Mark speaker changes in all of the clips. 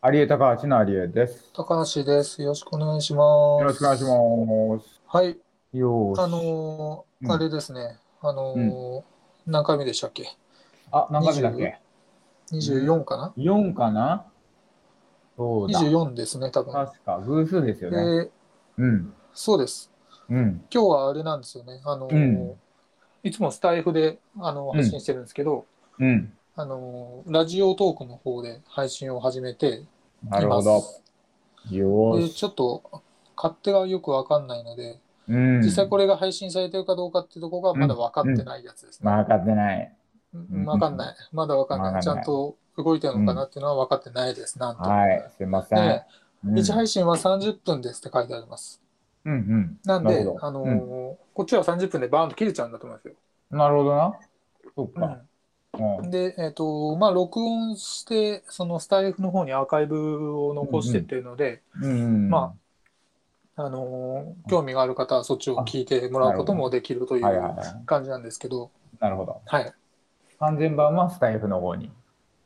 Speaker 1: アリエ高橋のアリエです。
Speaker 2: 高橋です。よろしくお願いし
Speaker 1: よ
Speaker 2: ます。
Speaker 1: ろしくお願いします。
Speaker 2: はい。
Speaker 1: よーし。
Speaker 2: あのー
Speaker 1: うん
Speaker 2: あれですね。あのー何回目でしたっけ
Speaker 1: あ、何回目だっけ
Speaker 2: ?24 かな、
Speaker 1: ?4 かなそうだ。
Speaker 2: ?24 ですね、多分。
Speaker 1: 確か、偶数ですよね。
Speaker 2: で、
Speaker 1: うん。
Speaker 2: そうです。
Speaker 1: うん。
Speaker 2: 今日はあれなんですよね。あのー
Speaker 1: うん
Speaker 2: いつもスタイフで、あのー
Speaker 1: うん
Speaker 2: 発信してるんですけど、
Speaker 1: うん。
Speaker 2: あのーラジオトークの方で配信を始めていま
Speaker 1: な
Speaker 2: す。
Speaker 1: るほど。よー
Speaker 2: で、
Speaker 1: し。
Speaker 2: ちょっと勝手がよくわかんないので、
Speaker 1: うん。
Speaker 2: 実際これが配信されてるかどうかっていうところがまだ分かってないやつですね。
Speaker 1: まあ、分かってない。
Speaker 2: うんわか んない。まだわかんない。
Speaker 1: わかんない
Speaker 2: ちゃんと動いてるのかなっていうのは分かってないです。なんと。
Speaker 1: はい。すいません。
Speaker 2: で、
Speaker 1: うん
Speaker 2: 一、配信は30分ですって書いてあります。
Speaker 1: うんうん。
Speaker 2: なん
Speaker 1: な
Speaker 2: で、
Speaker 1: るほど
Speaker 2: あの
Speaker 1: う
Speaker 2: ーこっちは30分でバーンと切れちゃうんだと思いますよ。
Speaker 1: なるほどな。そっか。
Speaker 2: う
Speaker 1: うん
Speaker 2: ん、で、えっ、と、まあ、録音して、そのスタイフの方にアーカイブを残してっていうので、
Speaker 1: うん。
Speaker 2: まあのー興味がある方はそっちを聞いてもらうこともできるとい
Speaker 1: はいはいうはい。
Speaker 2: 感じなんですけど、
Speaker 1: なるほど。
Speaker 2: はい。
Speaker 1: 完全版はスタイフの方に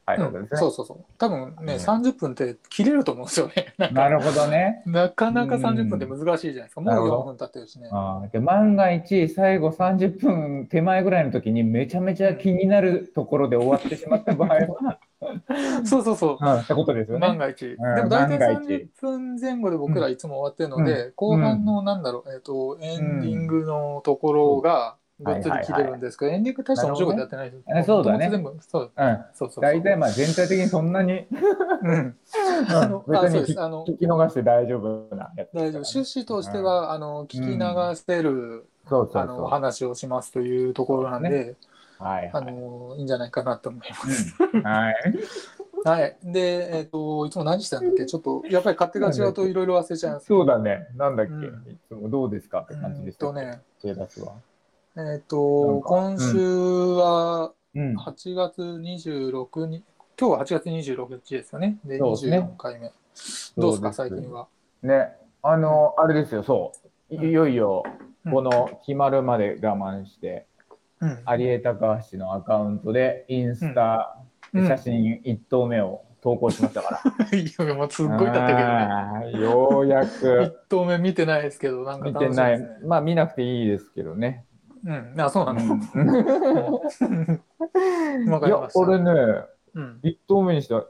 Speaker 1: 入るわけ
Speaker 2: うん
Speaker 1: ですね。
Speaker 2: そうそうそう。多分ね、
Speaker 1: うん
Speaker 2: 30分って切れると思うんですよね。
Speaker 1: なるほどね。
Speaker 2: なかなか30分って難しいじゃないですか。
Speaker 1: なるほ
Speaker 2: もう
Speaker 1: ど
Speaker 2: 4分経ってるしね。
Speaker 1: あーで万が一最後30分手前ぐらいの時にめちゃめちゃ気になるところで終わってしまった場合は、
Speaker 2: そうそうそ
Speaker 1: う
Speaker 2: う。
Speaker 1: ん、ってことですよ
Speaker 2: 万
Speaker 1: ね。
Speaker 2: が一。で
Speaker 1: うん
Speaker 2: も大
Speaker 1: 万
Speaker 2: 体
Speaker 1: が一
Speaker 2: 30分前後で僕らいつも終わってるので、後半のなんだろう、えっ、と、エンディングのところが、ごっつり切れるんですけど、エンディング大して面白いことやってないです
Speaker 1: なるほどね
Speaker 2: 元々全部、そう
Speaker 1: うん、
Speaker 2: そうそう。
Speaker 1: 大体まあ全体的にそんなに、
Speaker 2: うん。
Speaker 1: うん
Speaker 2: あの、
Speaker 1: 別
Speaker 2: あ、そう
Speaker 1: に
Speaker 2: です。
Speaker 1: 聞
Speaker 2: あの、
Speaker 1: 聞き逃して大丈夫なやつですからね、
Speaker 2: 大丈夫。趣旨としては、あの、聞き流せる、
Speaker 1: そうそ
Speaker 2: あ
Speaker 1: う
Speaker 2: の、お
Speaker 1: そ
Speaker 2: 話をしますというところなんで、
Speaker 1: そうう。はい
Speaker 2: あ
Speaker 1: はい。
Speaker 2: の、いいんじゃないかなと思います。
Speaker 1: うん はい、
Speaker 2: はい。で、えっ、と、いつも何してたんだっけちょっと、やっぱり勝手が違うといろいろ忘れちゃうんです
Speaker 1: そうだね。なんだっけ、
Speaker 2: うん
Speaker 1: いつもどうですかって
Speaker 2: う
Speaker 1: 感じ
Speaker 2: ー
Speaker 1: で
Speaker 2: ん
Speaker 1: すよ
Speaker 2: と。ね、
Speaker 1: 手出すわ
Speaker 2: えっ、と、
Speaker 1: なん
Speaker 2: 今
Speaker 1: か
Speaker 2: 週は
Speaker 1: うん。
Speaker 2: 8月26日、今日は8月26日ですよね。で、
Speaker 1: そうですね
Speaker 2: 24回目。どうですか、
Speaker 1: そう
Speaker 2: 最
Speaker 1: です
Speaker 2: 近は。
Speaker 1: ね、あの、あれですよ、そう。いいよいよ、
Speaker 2: うん
Speaker 1: この決まるまで我慢して。
Speaker 2: うん。
Speaker 1: 有江高橋のアカウントでインスタ
Speaker 2: うん
Speaker 1: 写真1投目を投稿しました から。
Speaker 2: いや、もうすっごい経ったけどね。
Speaker 1: あーようやく
Speaker 2: 一投目見てないですけど、なんか
Speaker 1: 見
Speaker 2: 楽
Speaker 1: て
Speaker 2: しみ
Speaker 1: な
Speaker 2: で
Speaker 1: い
Speaker 2: すね。。
Speaker 1: まあ見なくていいですけどね。
Speaker 2: うん。あ、そうなの。
Speaker 1: い
Speaker 2: わかり
Speaker 1: や
Speaker 2: ま、した。
Speaker 1: 俺ね、
Speaker 2: うん、
Speaker 1: 1投目にしたら、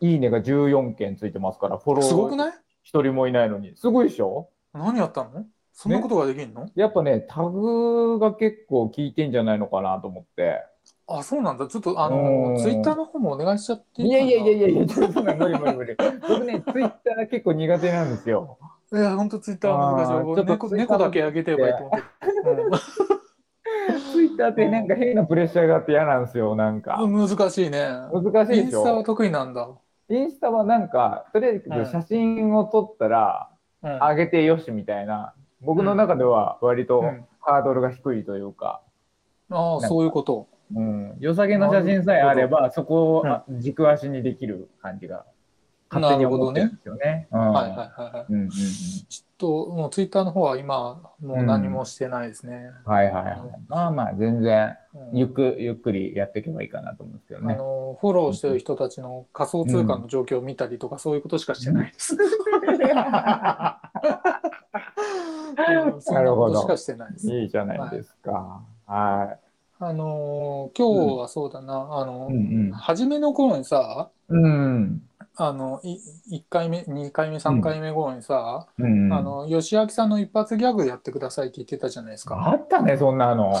Speaker 1: いいねが14件ついてますから、フォロ
Speaker 2: すごく
Speaker 1: ー
Speaker 2: ない
Speaker 1: 一人もいないのに。すごいでしょ
Speaker 2: 何やったのそんなことができるの、
Speaker 1: やっぱね、タグが結構効いてんじゃないのかなと思って。
Speaker 2: あ、そうなんだ。ちょっと、あ
Speaker 1: う
Speaker 2: の、
Speaker 1: ん
Speaker 2: ツイッターの方もお願いしちゃってい
Speaker 1: い
Speaker 2: いか
Speaker 1: や
Speaker 2: ない
Speaker 1: やいやいやいや、ちょっと無理無理無理。僕ね、ツイッター結構苦手なんですよ。
Speaker 2: いや、本当ツイッターは難しい。
Speaker 1: あー
Speaker 2: 俺
Speaker 1: ちょっと
Speaker 2: 猫
Speaker 1: Twitter
Speaker 2: 猫だけあげてればいいと思って
Speaker 1: ツイッターってなんか変なプレッシャーがあって嫌なんですよ、なん
Speaker 2: る。う
Speaker 1: か。
Speaker 2: ん 難しいね。
Speaker 1: 難し
Speaker 2: イ
Speaker 1: い
Speaker 2: ン
Speaker 1: で
Speaker 2: ス
Speaker 1: し
Speaker 2: タは
Speaker 1: ょ
Speaker 2: 得意なんだ。
Speaker 1: インスタはなんか、とりあえ
Speaker 2: うん
Speaker 1: ず写真を撮ったら、
Speaker 2: うん
Speaker 1: 上げてよしみたいな、僕の中では割と
Speaker 2: うん
Speaker 1: ハードルが低いというか、
Speaker 2: ああ、そういうこと。
Speaker 1: うん、良さげな写真さえあれば、そこをあ軸足にできる感じが、勝手に思ってるんですよね。
Speaker 2: はいはい
Speaker 1: は
Speaker 2: はいはい。
Speaker 1: いうんうんうん
Speaker 2: ちょっと、もうツイッターの方は今、もう何もしてないですね。
Speaker 1: はいはいはい。まあまあ、全然、
Speaker 2: うん
Speaker 1: ゆっくゆっくりやっていけばいいかなと思うんですけど
Speaker 2: あ
Speaker 1: ね。
Speaker 2: のフォローしてる人たちの仮想通貨の状況を見たりとか、そういうことしかしてないです。うん そんなことしかしてないです。
Speaker 1: いいじゃないですか。は
Speaker 2: あの今日はそうだな、あの
Speaker 1: い。うん
Speaker 2: 初めの頃にさ、
Speaker 1: うん。うん。
Speaker 2: あの、い1回目、2回目、3回目頃にさ、
Speaker 1: うん
Speaker 2: あの、吉明さんの一発ギャグやってくださいって言ってたじゃないですか。
Speaker 1: あったね、そんなの。
Speaker 2: あっ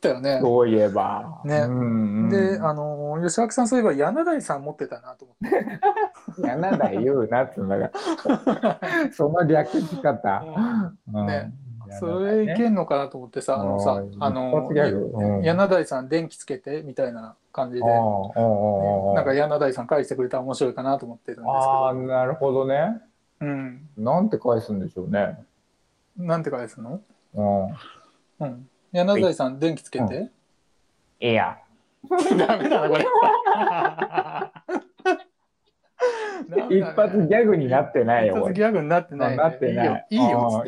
Speaker 2: たよね。
Speaker 1: そういえば。
Speaker 2: ね
Speaker 1: うんうん、
Speaker 2: で、あの、吉明さんそういえば、柳台さん持ってたなと思って。
Speaker 1: 7台言うなっつうんだ から。その略し方。うん
Speaker 2: ねそれいけんのかなと思ってさ、あのさ、あ
Speaker 1: 一
Speaker 2: の
Speaker 1: 発ギ、ャグうん
Speaker 2: 柳台さん電気つけてみたいな感じで、
Speaker 1: あーあーあー
Speaker 2: なんか柳台さん返してくれたら面白いかなと思ってるんです
Speaker 1: あーなるほどね。
Speaker 2: けど。うん。
Speaker 1: なんて返すんでしょうね。
Speaker 2: なんて返すの
Speaker 1: うん。
Speaker 2: うん。柳台さん電気つけて、
Speaker 1: いや。
Speaker 2: ダメだな、これ。
Speaker 1: 一発ギャグになってないよ、
Speaker 2: 一
Speaker 1: こ
Speaker 2: 発
Speaker 1: れ
Speaker 2: ギャグになってない、ね。
Speaker 1: なってない
Speaker 2: いよ、いいよ、つ
Speaker 1: あ
Speaker 2: っ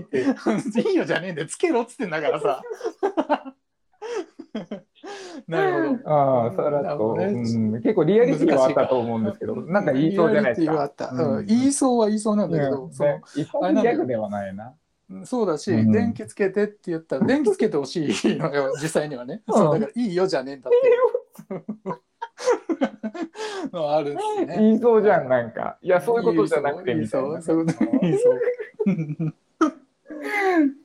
Speaker 2: て。いいよじゃねえんだよ、つけろっつってんだからさ。なるほど。
Speaker 1: ああ、さらっと、
Speaker 2: なるほどね
Speaker 1: うん結構リアリティはあったと思うんですけど、なんか言いそうじゃないです
Speaker 2: リ
Speaker 1: か
Speaker 2: アリ。ティがあった
Speaker 1: うん
Speaker 2: うん言いそうは言いそうなんだけど、
Speaker 1: うん
Speaker 2: その
Speaker 1: ね一般的ギャグではないな。
Speaker 2: そうだし、
Speaker 1: うん
Speaker 2: 電気つけてって言ったら電気つけてほしいの よ実際にはね、
Speaker 1: うん
Speaker 2: そうだからいいよじゃねえんだっていう のあるんですね
Speaker 1: 言いそうじゃん、なんか。いや、そういうことじゃなくて
Speaker 2: いい
Speaker 1: みたい
Speaker 2: そ
Speaker 1: な
Speaker 2: う。そういうこといいそう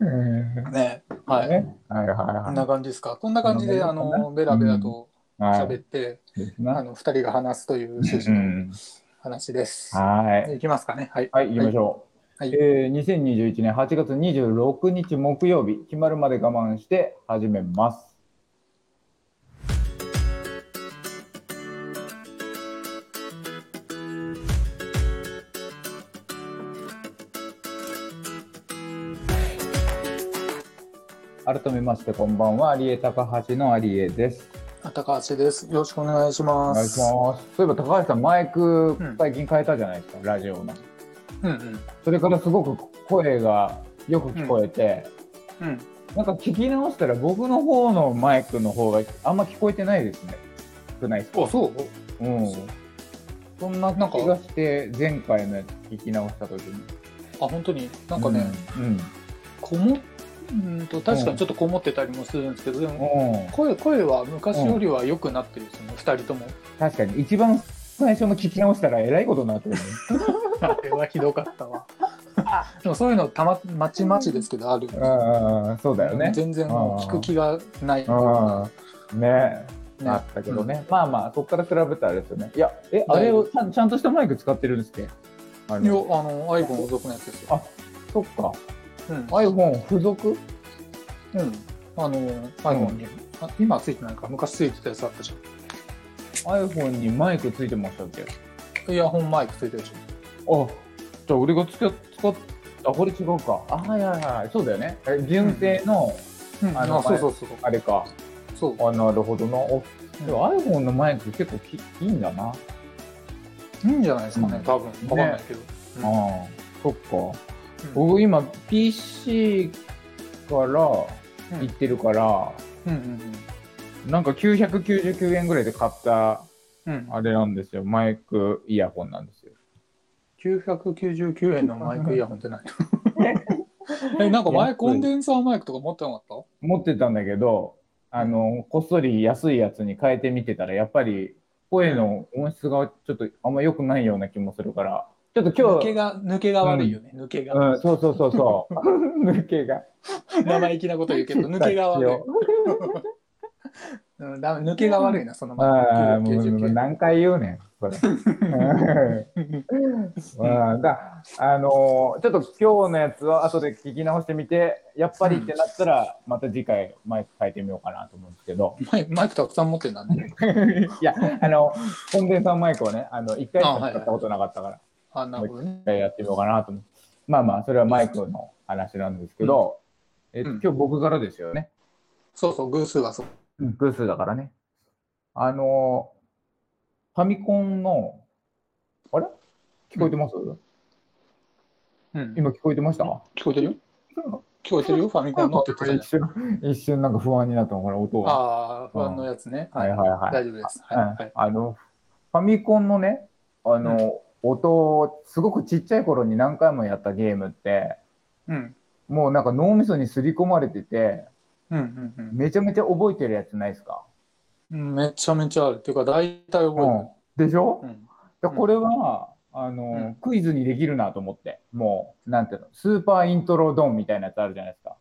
Speaker 1: うん
Speaker 2: ねはい、
Speaker 1: ねはいはい
Speaker 2: こ
Speaker 1: は
Speaker 2: ん
Speaker 1: い。
Speaker 2: な感じですかこんな感じで
Speaker 1: こ
Speaker 2: あ
Speaker 1: んなもんかな
Speaker 2: のベラベラと
Speaker 1: はい
Speaker 2: 喋って、
Speaker 1: です
Speaker 2: あ
Speaker 1: な。
Speaker 2: の2人が話すという趣
Speaker 1: う
Speaker 2: 旨の
Speaker 1: ん
Speaker 2: 話です、
Speaker 1: はい。
Speaker 2: いきますかねはい、
Speaker 1: はい、行きましょう。
Speaker 2: はい
Speaker 1: えー2021年8月26日木曜日、決まるまで我慢して始めます。改めまして、こんばんは、有江高橋の有江です。
Speaker 2: 高橋ですよろしくお願いし
Speaker 1: お
Speaker 2: ま
Speaker 1: 願いし
Speaker 2: す
Speaker 1: ます。そういえば、高橋さん、マイク
Speaker 2: うん、
Speaker 1: 最近変えたじゃないですか、ラジオの。
Speaker 2: うんうん
Speaker 1: それからすごく声がよく聞こえて、
Speaker 2: うん
Speaker 1: なんか聞き直したら僕の方のマイクの方があんま聞こえてないですね。少ないですか。
Speaker 2: あそう
Speaker 1: うん。そんな気がして前回のやつ聞き直した時に。
Speaker 2: あ本当になんかね、
Speaker 1: うん。
Speaker 2: こもうんと確かにちょっとこもってたりもするんですけど、で
Speaker 1: う
Speaker 2: も
Speaker 1: ん。うん。
Speaker 2: 声声は昔よりは良くなってるんですよね、2人とも。
Speaker 1: 確かに一番最初の聞き直したらえらいことにな ってるね。
Speaker 2: あれはひどかったわ。でもそういうのたままちまちですけどある。
Speaker 1: うんうんうん。そうだよね。
Speaker 2: 全然もう聞く気がない。
Speaker 1: うん。ね
Speaker 2: ね
Speaker 1: あったけどね。まあまあ、そこから比べたらあれですよね。いや、え、あれをちゃんちゃんとしたマイク使ってるんですっけあ
Speaker 2: うんいやあ
Speaker 1: の
Speaker 2: の iPhone 付属のやつですよ。
Speaker 1: あそっか。
Speaker 2: うん
Speaker 1: iPhone 付属
Speaker 2: うんあの iPhone に、あ今はついてないか昔ついてたやつあったじ
Speaker 1: iPhone にマイクついてましたっけあ
Speaker 2: ゃん。イヤホンマイクついてるでしょ。
Speaker 1: じゃあ俺がつけ使っあこれ違うかあはいはいはいそうだよねえ純正の、
Speaker 2: うん
Speaker 1: あの
Speaker 2: あそうそうそう
Speaker 1: あれか
Speaker 2: そう。
Speaker 1: あなるほどなお
Speaker 2: うん
Speaker 1: でも iPhone のマイク結構きいいんだな、
Speaker 2: いいんじゃないですかね、
Speaker 1: うん
Speaker 2: 多分わかんないけど。うん
Speaker 1: ああそっか
Speaker 2: うん
Speaker 1: 僕今 PC から行
Speaker 2: うん
Speaker 1: ってるから、
Speaker 2: うんうん
Speaker 1: なんか999円ぐらいで買った
Speaker 2: うんうん
Speaker 1: あれなんですよマイクイヤホンなんですよ
Speaker 2: 999円のマイクイヤホンってない えなんか前コンデンサーマイクとか持ってなかっ
Speaker 1: 持ってたんだけどあのこっそり安いやつに変えてみてたらやっぱり声の音質がちょっとあんま良くないような気もするからちょっ
Speaker 2: た
Speaker 1: と
Speaker 2: 抜け
Speaker 1: 今
Speaker 2: が抜けが悪いよね、抜け
Speaker 1: 日、
Speaker 2: が、
Speaker 1: うん、そうそうそうそう 抜けが
Speaker 2: 生意気なこと言 うけど抜けが悪い、うん、ダメ抜けが悪いなその
Speaker 1: ああ
Speaker 2: マイク
Speaker 1: もうもう
Speaker 2: 999
Speaker 1: 何回言うねんそ れうんだあのーちょっと今日のやつは後で聞き直してみてやっぱりってなったらまた次回マイク変えてみようかなと思うんですけど
Speaker 2: マイマイクたくさん持ってんだね
Speaker 1: いや、あの、コンデンサーマイクをね、あの、一回しか使ったことなかったから、
Speaker 2: あなるほどね
Speaker 1: 一回やってみようかなと思って。まあまあ、それはマイクの話なんですけど、えっと
Speaker 2: うん
Speaker 1: 今日僕からですよね。
Speaker 2: そうそう偶数はそう
Speaker 1: 偶数だからね。あの、ファミコンの、あれ聞こえてます、
Speaker 2: うん
Speaker 1: 今聞こえてました
Speaker 2: 聞こえてるよ聞こえてるよファミコンのって言ってた
Speaker 1: 一
Speaker 2: じ
Speaker 1: 瞬、一瞬なんか不安になったの、これ音
Speaker 2: ゃん
Speaker 1: が。
Speaker 2: ああ不安のやつね、
Speaker 1: はいはいはい。
Speaker 2: 大丈夫ですはい、
Speaker 1: は
Speaker 2: はいい、
Speaker 1: あのファミコンのねあの、音をすごくちっちゃい頃に何回もやったゲームって
Speaker 2: うん
Speaker 1: もうなんか脳みそに刷り込まれてて
Speaker 2: うんうんうん
Speaker 1: めちゃめちゃ覚えてるやつないですか
Speaker 2: うんめちゃめちゃあるっていうか大体覚
Speaker 1: でしょ
Speaker 2: え、てる、うん
Speaker 1: で
Speaker 2: ん
Speaker 1: これはあの、
Speaker 2: うん
Speaker 1: クイズにできるなと思ってもうなんていうのスーパーイントロドンみたいなやつあるじゃないですか。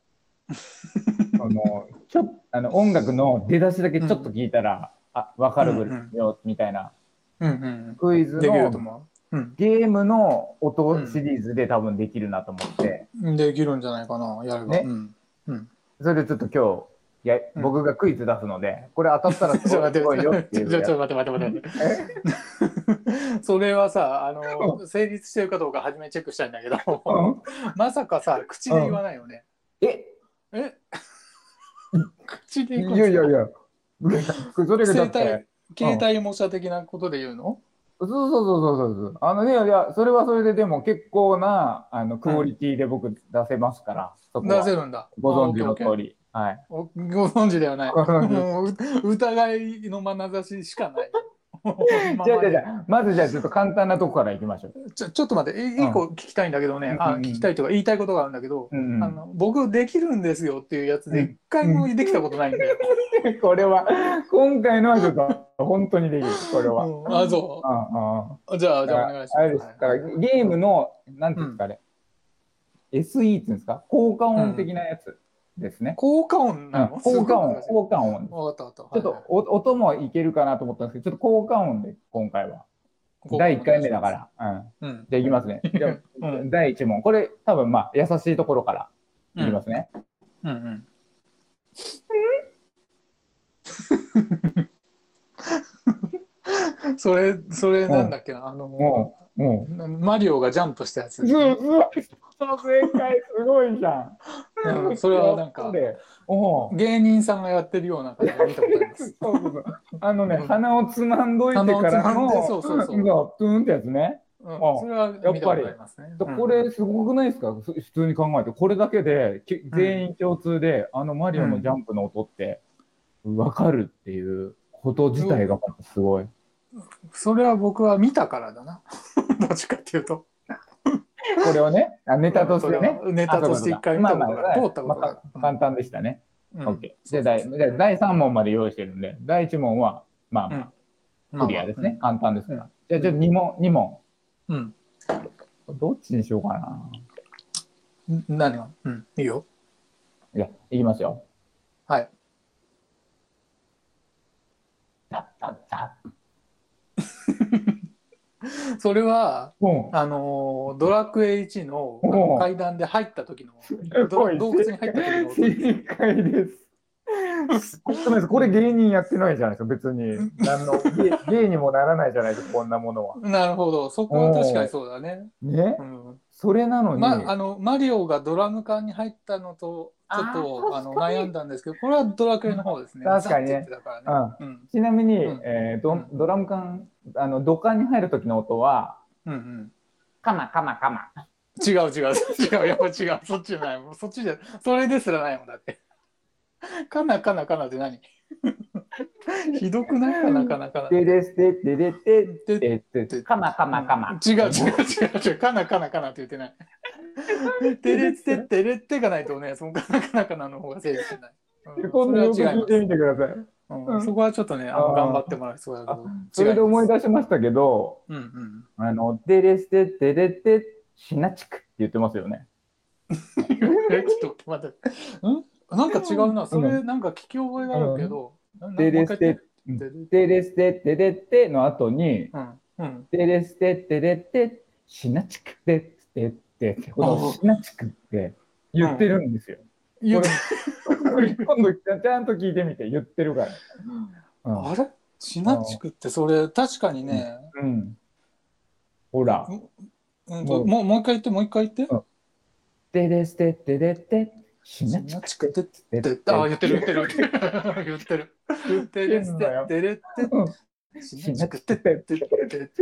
Speaker 1: あのちょあの音楽の出だしだけちょっと聞いたら、あ分かるぐらいよみたいな、
Speaker 2: うんうん
Speaker 1: クイズ
Speaker 2: うん、
Speaker 1: の
Speaker 2: できると思う。うん
Speaker 1: ゲームの音
Speaker 2: うん
Speaker 1: シリーズで多分できるなと思って、
Speaker 2: できるんじゃないかな、やれば。
Speaker 1: ね
Speaker 2: うん。
Speaker 1: それでちょっと今日や、
Speaker 2: うん
Speaker 1: 僕がクイズ出すので、これ当たったら
Speaker 2: ち
Speaker 1: す
Speaker 2: ょ
Speaker 1: ごい
Speaker 2: っ
Speaker 1: す
Speaker 2: と
Speaker 1: ごい
Speaker 2: 待
Speaker 1: よっ
Speaker 2: っ
Speaker 1: て
Speaker 2: て、
Speaker 1: い
Speaker 2: ちょ
Speaker 1: う
Speaker 2: っと待って、待って、待 って。それはさ、あの、成立してるかどうか初めチェックしたいんだけど、まさかさ、口で言わないよね。
Speaker 1: え
Speaker 2: え 口
Speaker 1: い
Speaker 2: で
Speaker 1: や
Speaker 2: 言う
Speaker 1: いやいや、それがだ
Speaker 2: 携
Speaker 1: って、
Speaker 2: 帯、携帯模写的なことで言うの
Speaker 1: そうそうそうそうそうそう、あのね、いや、それはそれででも結構なあのクオリティで僕出せますから、そこ
Speaker 2: 出
Speaker 1: は
Speaker 2: せるんだ。
Speaker 1: ご存知の
Speaker 2: あ
Speaker 1: 通り。はい。
Speaker 2: おご存知で はない。
Speaker 1: ご存知
Speaker 2: もうう疑いの眼差ししか ない。今まで
Speaker 1: じゃあ、じゃあじゃあまずじゃあ、ちょっと簡単なとこからいきましょう。
Speaker 2: ちょちょっと待って、え一個聞きたいんだけどね、
Speaker 1: うん
Speaker 2: あ
Speaker 1: うん
Speaker 2: 聞きたいとか言いたいことがあるんだけど、
Speaker 1: うんうん
Speaker 2: あの僕できるんですよっていうやつで
Speaker 1: うん
Speaker 2: 一回もできたことないんだよ。
Speaker 1: これは、今回のはちょっと、本当にできる、これは。うん
Speaker 2: うんあ、そ
Speaker 1: うん
Speaker 2: う。じゃあ、
Speaker 1: だ
Speaker 2: じ
Speaker 1: か
Speaker 2: ゃあ
Speaker 1: ら
Speaker 2: お願いし
Speaker 1: あれで
Speaker 2: ます
Speaker 1: す。だからゲームの、なんていうんですか、あれ。SE っていうんですか効果音的なやつですね。
Speaker 2: 効果音
Speaker 1: うん
Speaker 2: なの
Speaker 1: 効果音、
Speaker 2: すごい
Speaker 1: 効果音。
Speaker 2: 難しいわかったわ
Speaker 1: ちょ
Speaker 2: か
Speaker 1: っ
Speaker 2: った。
Speaker 1: とお音もいけるかなと思ったんですけど、ちょっと効果音で、今回は。第1回目だ
Speaker 2: ら
Speaker 1: から。うん。
Speaker 2: うん。
Speaker 1: じゃあいきます ね。じゃあ
Speaker 2: う
Speaker 1: 第1問。これ、多分まあ、優しいところから。いきますね。
Speaker 2: うんうん。それ、それなんだっけな、あの、
Speaker 1: もう、も
Speaker 2: マリオがジャンプしたやつ
Speaker 1: う。。そうそう。正解すごいじゃん。
Speaker 2: うんそれはなんか
Speaker 1: でおう
Speaker 2: 芸人さんがやってるような感じで見たことあります。
Speaker 1: そうそうそうあのね、
Speaker 2: うん
Speaker 1: 鼻をつまんどいてから
Speaker 2: 鼻を
Speaker 1: の、
Speaker 2: つまんでそうそうそう
Speaker 1: プーンってやつね。
Speaker 2: うん
Speaker 1: あ、
Speaker 2: それは見たことありますね。
Speaker 1: で
Speaker 2: うん
Speaker 1: これ、すごくないですかふ普通に考えて。これだけで、き全員共通で、あのマリオのジャンプの音って、わかるっていうこと自体がすごい。
Speaker 2: それは僕は見たからだな。どっちかっていうと。
Speaker 1: これをね、あネタとしてね。
Speaker 2: うんネタとして一回見たことがある。通
Speaker 1: ま
Speaker 2: ったことがある
Speaker 1: まあ簡単でしたね。
Speaker 2: うん。
Speaker 1: オッケー。じゃあ第じゃあ第3問まで用意してるんで、第1問は、まあま
Speaker 2: うん
Speaker 1: あ、クリアですね。。簡単ですから。じゃ
Speaker 2: ん
Speaker 1: あ、じゃあ2問、二問。
Speaker 2: まあうん。
Speaker 1: どっちにしようかな。
Speaker 2: うん何がうん。いいよ。
Speaker 1: いや、いきますよ。
Speaker 2: はい。
Speaker 1: ザッザッザ
Speaker 2: それは、
Speaker 1: ッうん。
Speaker 2: あのードラクエ1のあ
Speaker 1: お
Speaker 2: の
Speaker 1: う
Speaker 2: 階段で入っ た時の
Speaker 1: ごい
Speaker 2: ど洞窟に入った時の音
Speaker 1: 正解です。 ごめんなさいこれ芸人やってないじゃないですか、別に。何の芸 芸にもならないじゃないですか、こんなものは。
Speaker 2: なるほどそこは確かにそうだね、
Speaker 1: ね
Speaker 2: うん
Speaker 1: それなのに。
Speaker 2: ま、あのマリオがドラム缶に入ったのとちょっと
Speaker 1: あー
Speaker 2: あの
Speaker 1: 確かに
Speaker 2: 悩んだんですけどこれはドラクエの方ですね
Speaker 1: 確かにね
Speaker 2: ザッて言ってたからねうん
Speaker 1: ちなみに、
Speaker 2: うん
Speaker 1: えード
Speaker 2: うん
Speaker 1: ドラム缶、あの、土管に入る時の音は、
Speaker 2: うんうん
Speaker 1: カマカマカマ。
Speaker 2: 違う違う 違うやっぱ違うそっちじゃないもうそっちじゃそれですらないもんだって かなかなかなって何 ひどくないかなかなかな
Speaker 1: ででして、ででて、
Speaker 2: で
Speaker 1: ででて、カマカマカマ。
Speaker 2: 違う違う違う違う。かなかなかなって言って ない。てれってってれってがないとね、そのかなかなかなの方が成立しない。 うん
Speaker 1: 今度よく
Speaker 2: それは違い
Speaker 1: 聞
Speaker 2: ま
Speaker 1: いてみてください。
Speaker 2: す
Speaker 1: う
Speaker 2: うんんそこはちょっとね、あ
Speaker 1: あ
Speaker 2: の
Speaker 1: ー
Speaker 2: 頑張ってもらいそうだけど
Speaker 1: あ。それで思い
Speaker 2: す。
Speaker 1: 出しましたけど、
Speaker 2: うんうん。
Speaker 1: あの、ででして、ででて、シナチクって言ってますよね。
Speaker 2: えちょっと待って。んなんか違うな。それなんか聞き覚えがあるけど。なん
Speaker 1: でで
Speaker 2: なんかもう一回
Speaker 1: して、
Speaker 2: 言ってて
Speaker 1: で
Speaker 2: れ
Speaker 1: でして、ででての後に、
Speaker 2: うん。うん。
Speaker 1: ででして、ででて、シナチクで、ででってことを
Speaker 2: あ
Speaker 1: シナチクって言ってるんですよ。
Speaker 2: 言う
Speaker 1: これ今度ちゃんと聞いてみて、言ってるから。うん
Speaker 2: あれシナチクってそれ確かにね、
Speaker 1: うん。ほら。
Speaker 2: うんともうもう一回言って、もう一回言って。
Speaker 1: ででしてででって、し
Speaker 2: シ
Speaker 1: な
Speaker 2: ナチ
Speaker 1: ち
Speaker 2: ク
Speaker 1: く
Speaker 2: って。
Speaker 1: で
Speaker 2: であー言ってる言ってる言ってる言ってる。
Speaker 1: 言ってんだよ
Speaker 2: でれって
Speaker 1: しなちく
Speaker 2: て
Speaker 1: って
Speaker 2: てて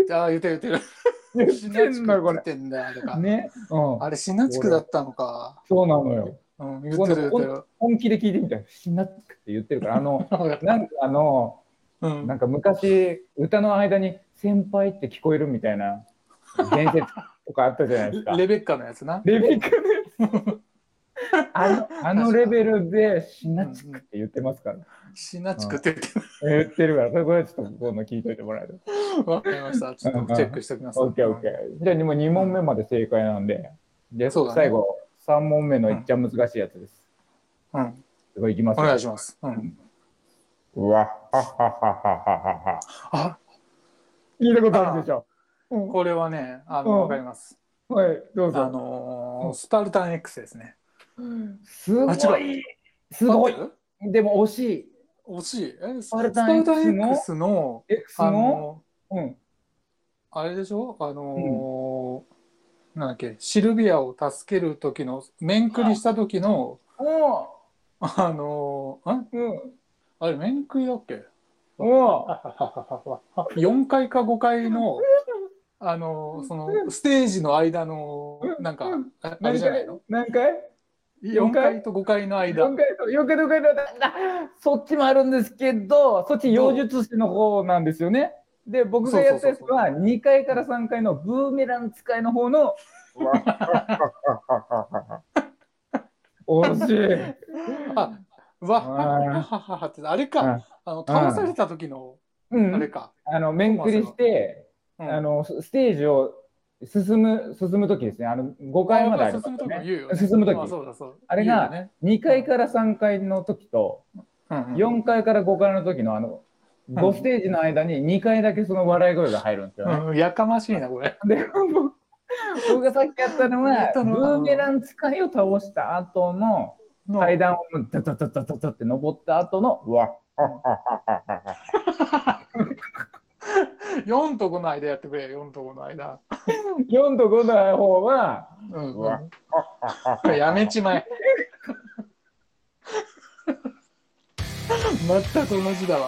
Speaker 2: てあー言ってる言って
Speaker 1: 言
Speaker 2: る。しな
Speaker 1: って
Speaker 2: ち
Speaker 1: ん
Speaker 2: く
Speaker 1: だこ
Speaker 2: っ
Speaker 1: れ。
Speaker 2: てんだよあれか。
Speaker 1: ね。うん。
Speaker 2: あれしなちくだったのか。
Speaker 1: そうなのよ。
Speaker 2: うん言ってる言ってる。
Speaker 1: 本気で聞いてみたら、しなちくって言ってるから、あの、
Speaker 2: ほら
Speaker 1: なんかあの、
Speaker 2: うん
Speaker 1: なんか昔、歌の間に先輩って聞こえるみたいな伝説とかあったじゃないですか。
Speaker 2: レベッカのやつな。
Speaker 1: レベックです。あの、あのレベルで、しなちくって言ってますから。
Speaker 2: しなちくって言ってる。
Speaker 1: 言ってるから、それこれちょっと今度聞いといてもらえる。
Speaker 2: わかりました。ちょっとチェックしておきます。
Speaker 1: オッケーオッケー。じゃあもう2問目まで正解なんで、で
Speaker 2: そうだね
Speaker 1: 最後、3問目のいっちゃ難しいやつです。
Speaker 2: ー。うん
Speaker 1: すごい、いきます
Speaker 2: お
Speaker 1: よ
Speaker 2: 願いします。うん
Speaker 1: うわっはっはっはっはっはっは。
Speaker 2: あ
Speaker 1: 聞いたことあるでしょ。うん
Speaker 2: これはねあ
Speaker 1: うん
Speaker 2: のわかります。
Speaker 1: はい、どう
Speaker 2: あ
Speaker 1: ぞ。
Speaker 2: のースパルタン X ですね。
Speaker 1: すご
Speaker 2: あ違
Speaker 1: い。すごい
Speaker 2: 合っ。てる。
Speaker 1: でも惜しい。
Speaker 2: 惜しい。えス
Speaker 1: パ
Speaker 2: パ
Speaker 1: ル
Speaker 2: ル
Speaker 1: タ
Speaker 2: タ
Speaker 1: ン
Speaker 2: ン
Speaker 1: X の
Speaker 2: X の
Speaker 1: X の、
Speaker 2: あのー
Speaker 1: うん。
Speaker 2: あれでしょあのーなんだっけシルビアを助ける時の面食りした時の
Speaker 1: お
Speaker 2: あのーん
Speaker 1: ううん。
Speaker 2: あれ面食いだっけ
Speaker 1: おう
Speaker 2: 4回か5回のあのーそのステージの間のなんかああれ
Speaker 1: 何
Speaker 2: じゃな
Speaker 1: 回
Speaker 2: いの
Speaker 1: 何回
Speaker 2: 4階と5階の間。
Speaker 1: 4回と4回と5回の間そっちもあるんですけどそっち妖術師の方なんですよねで僕がやったやつは2階から3階のブーメラン使いの方の 惜しい
Speaker 2: あ、わはははははって、あれか、あの倒された時の、
Speaker 1: う
Speaker 2: あれ
Speaker 1: ん
Speaker 2: か。
Speaker 1: あの面繰りして
Speaker 2: うん
Speaker 1: あのスステージを進む進む時ですねあの5階まであります
Speaker 2: 進む
Speaker 1: よ
Speaker 2: 時も
Speaker 1: ね
Speaker 2: 言うよね。
Speaker 1: 進む時
Speaker 2: あそうだそう。
Speaker 1: あれが2階から3階の時と
Speaker 2: 4
Speaker 1: 4階から5階の時のあの5ステージの間に2回だけその笑い声が入るんですよね、
Speaker 2: やかましいな、これ。
Speaker 1: で僕僕がさっきやったの
Speaker 2: や
Speaker 1: は
Speaker 2: っ
Speaker 1: ブ
Speaker 2: たのは
Speaker 1: ーメラン使いを倒した後の
Speaker 2: の
Speaker 1: 階段をダダダダダダって登った後のうわ
Speaker 2: 4と5の間やってくれ、4と5の間。
Speaker 1: 4と5の方は
Speaker 2: うん
Speaker 1: うわ
Speaker 2: うんやめちま え。全く同じだわ。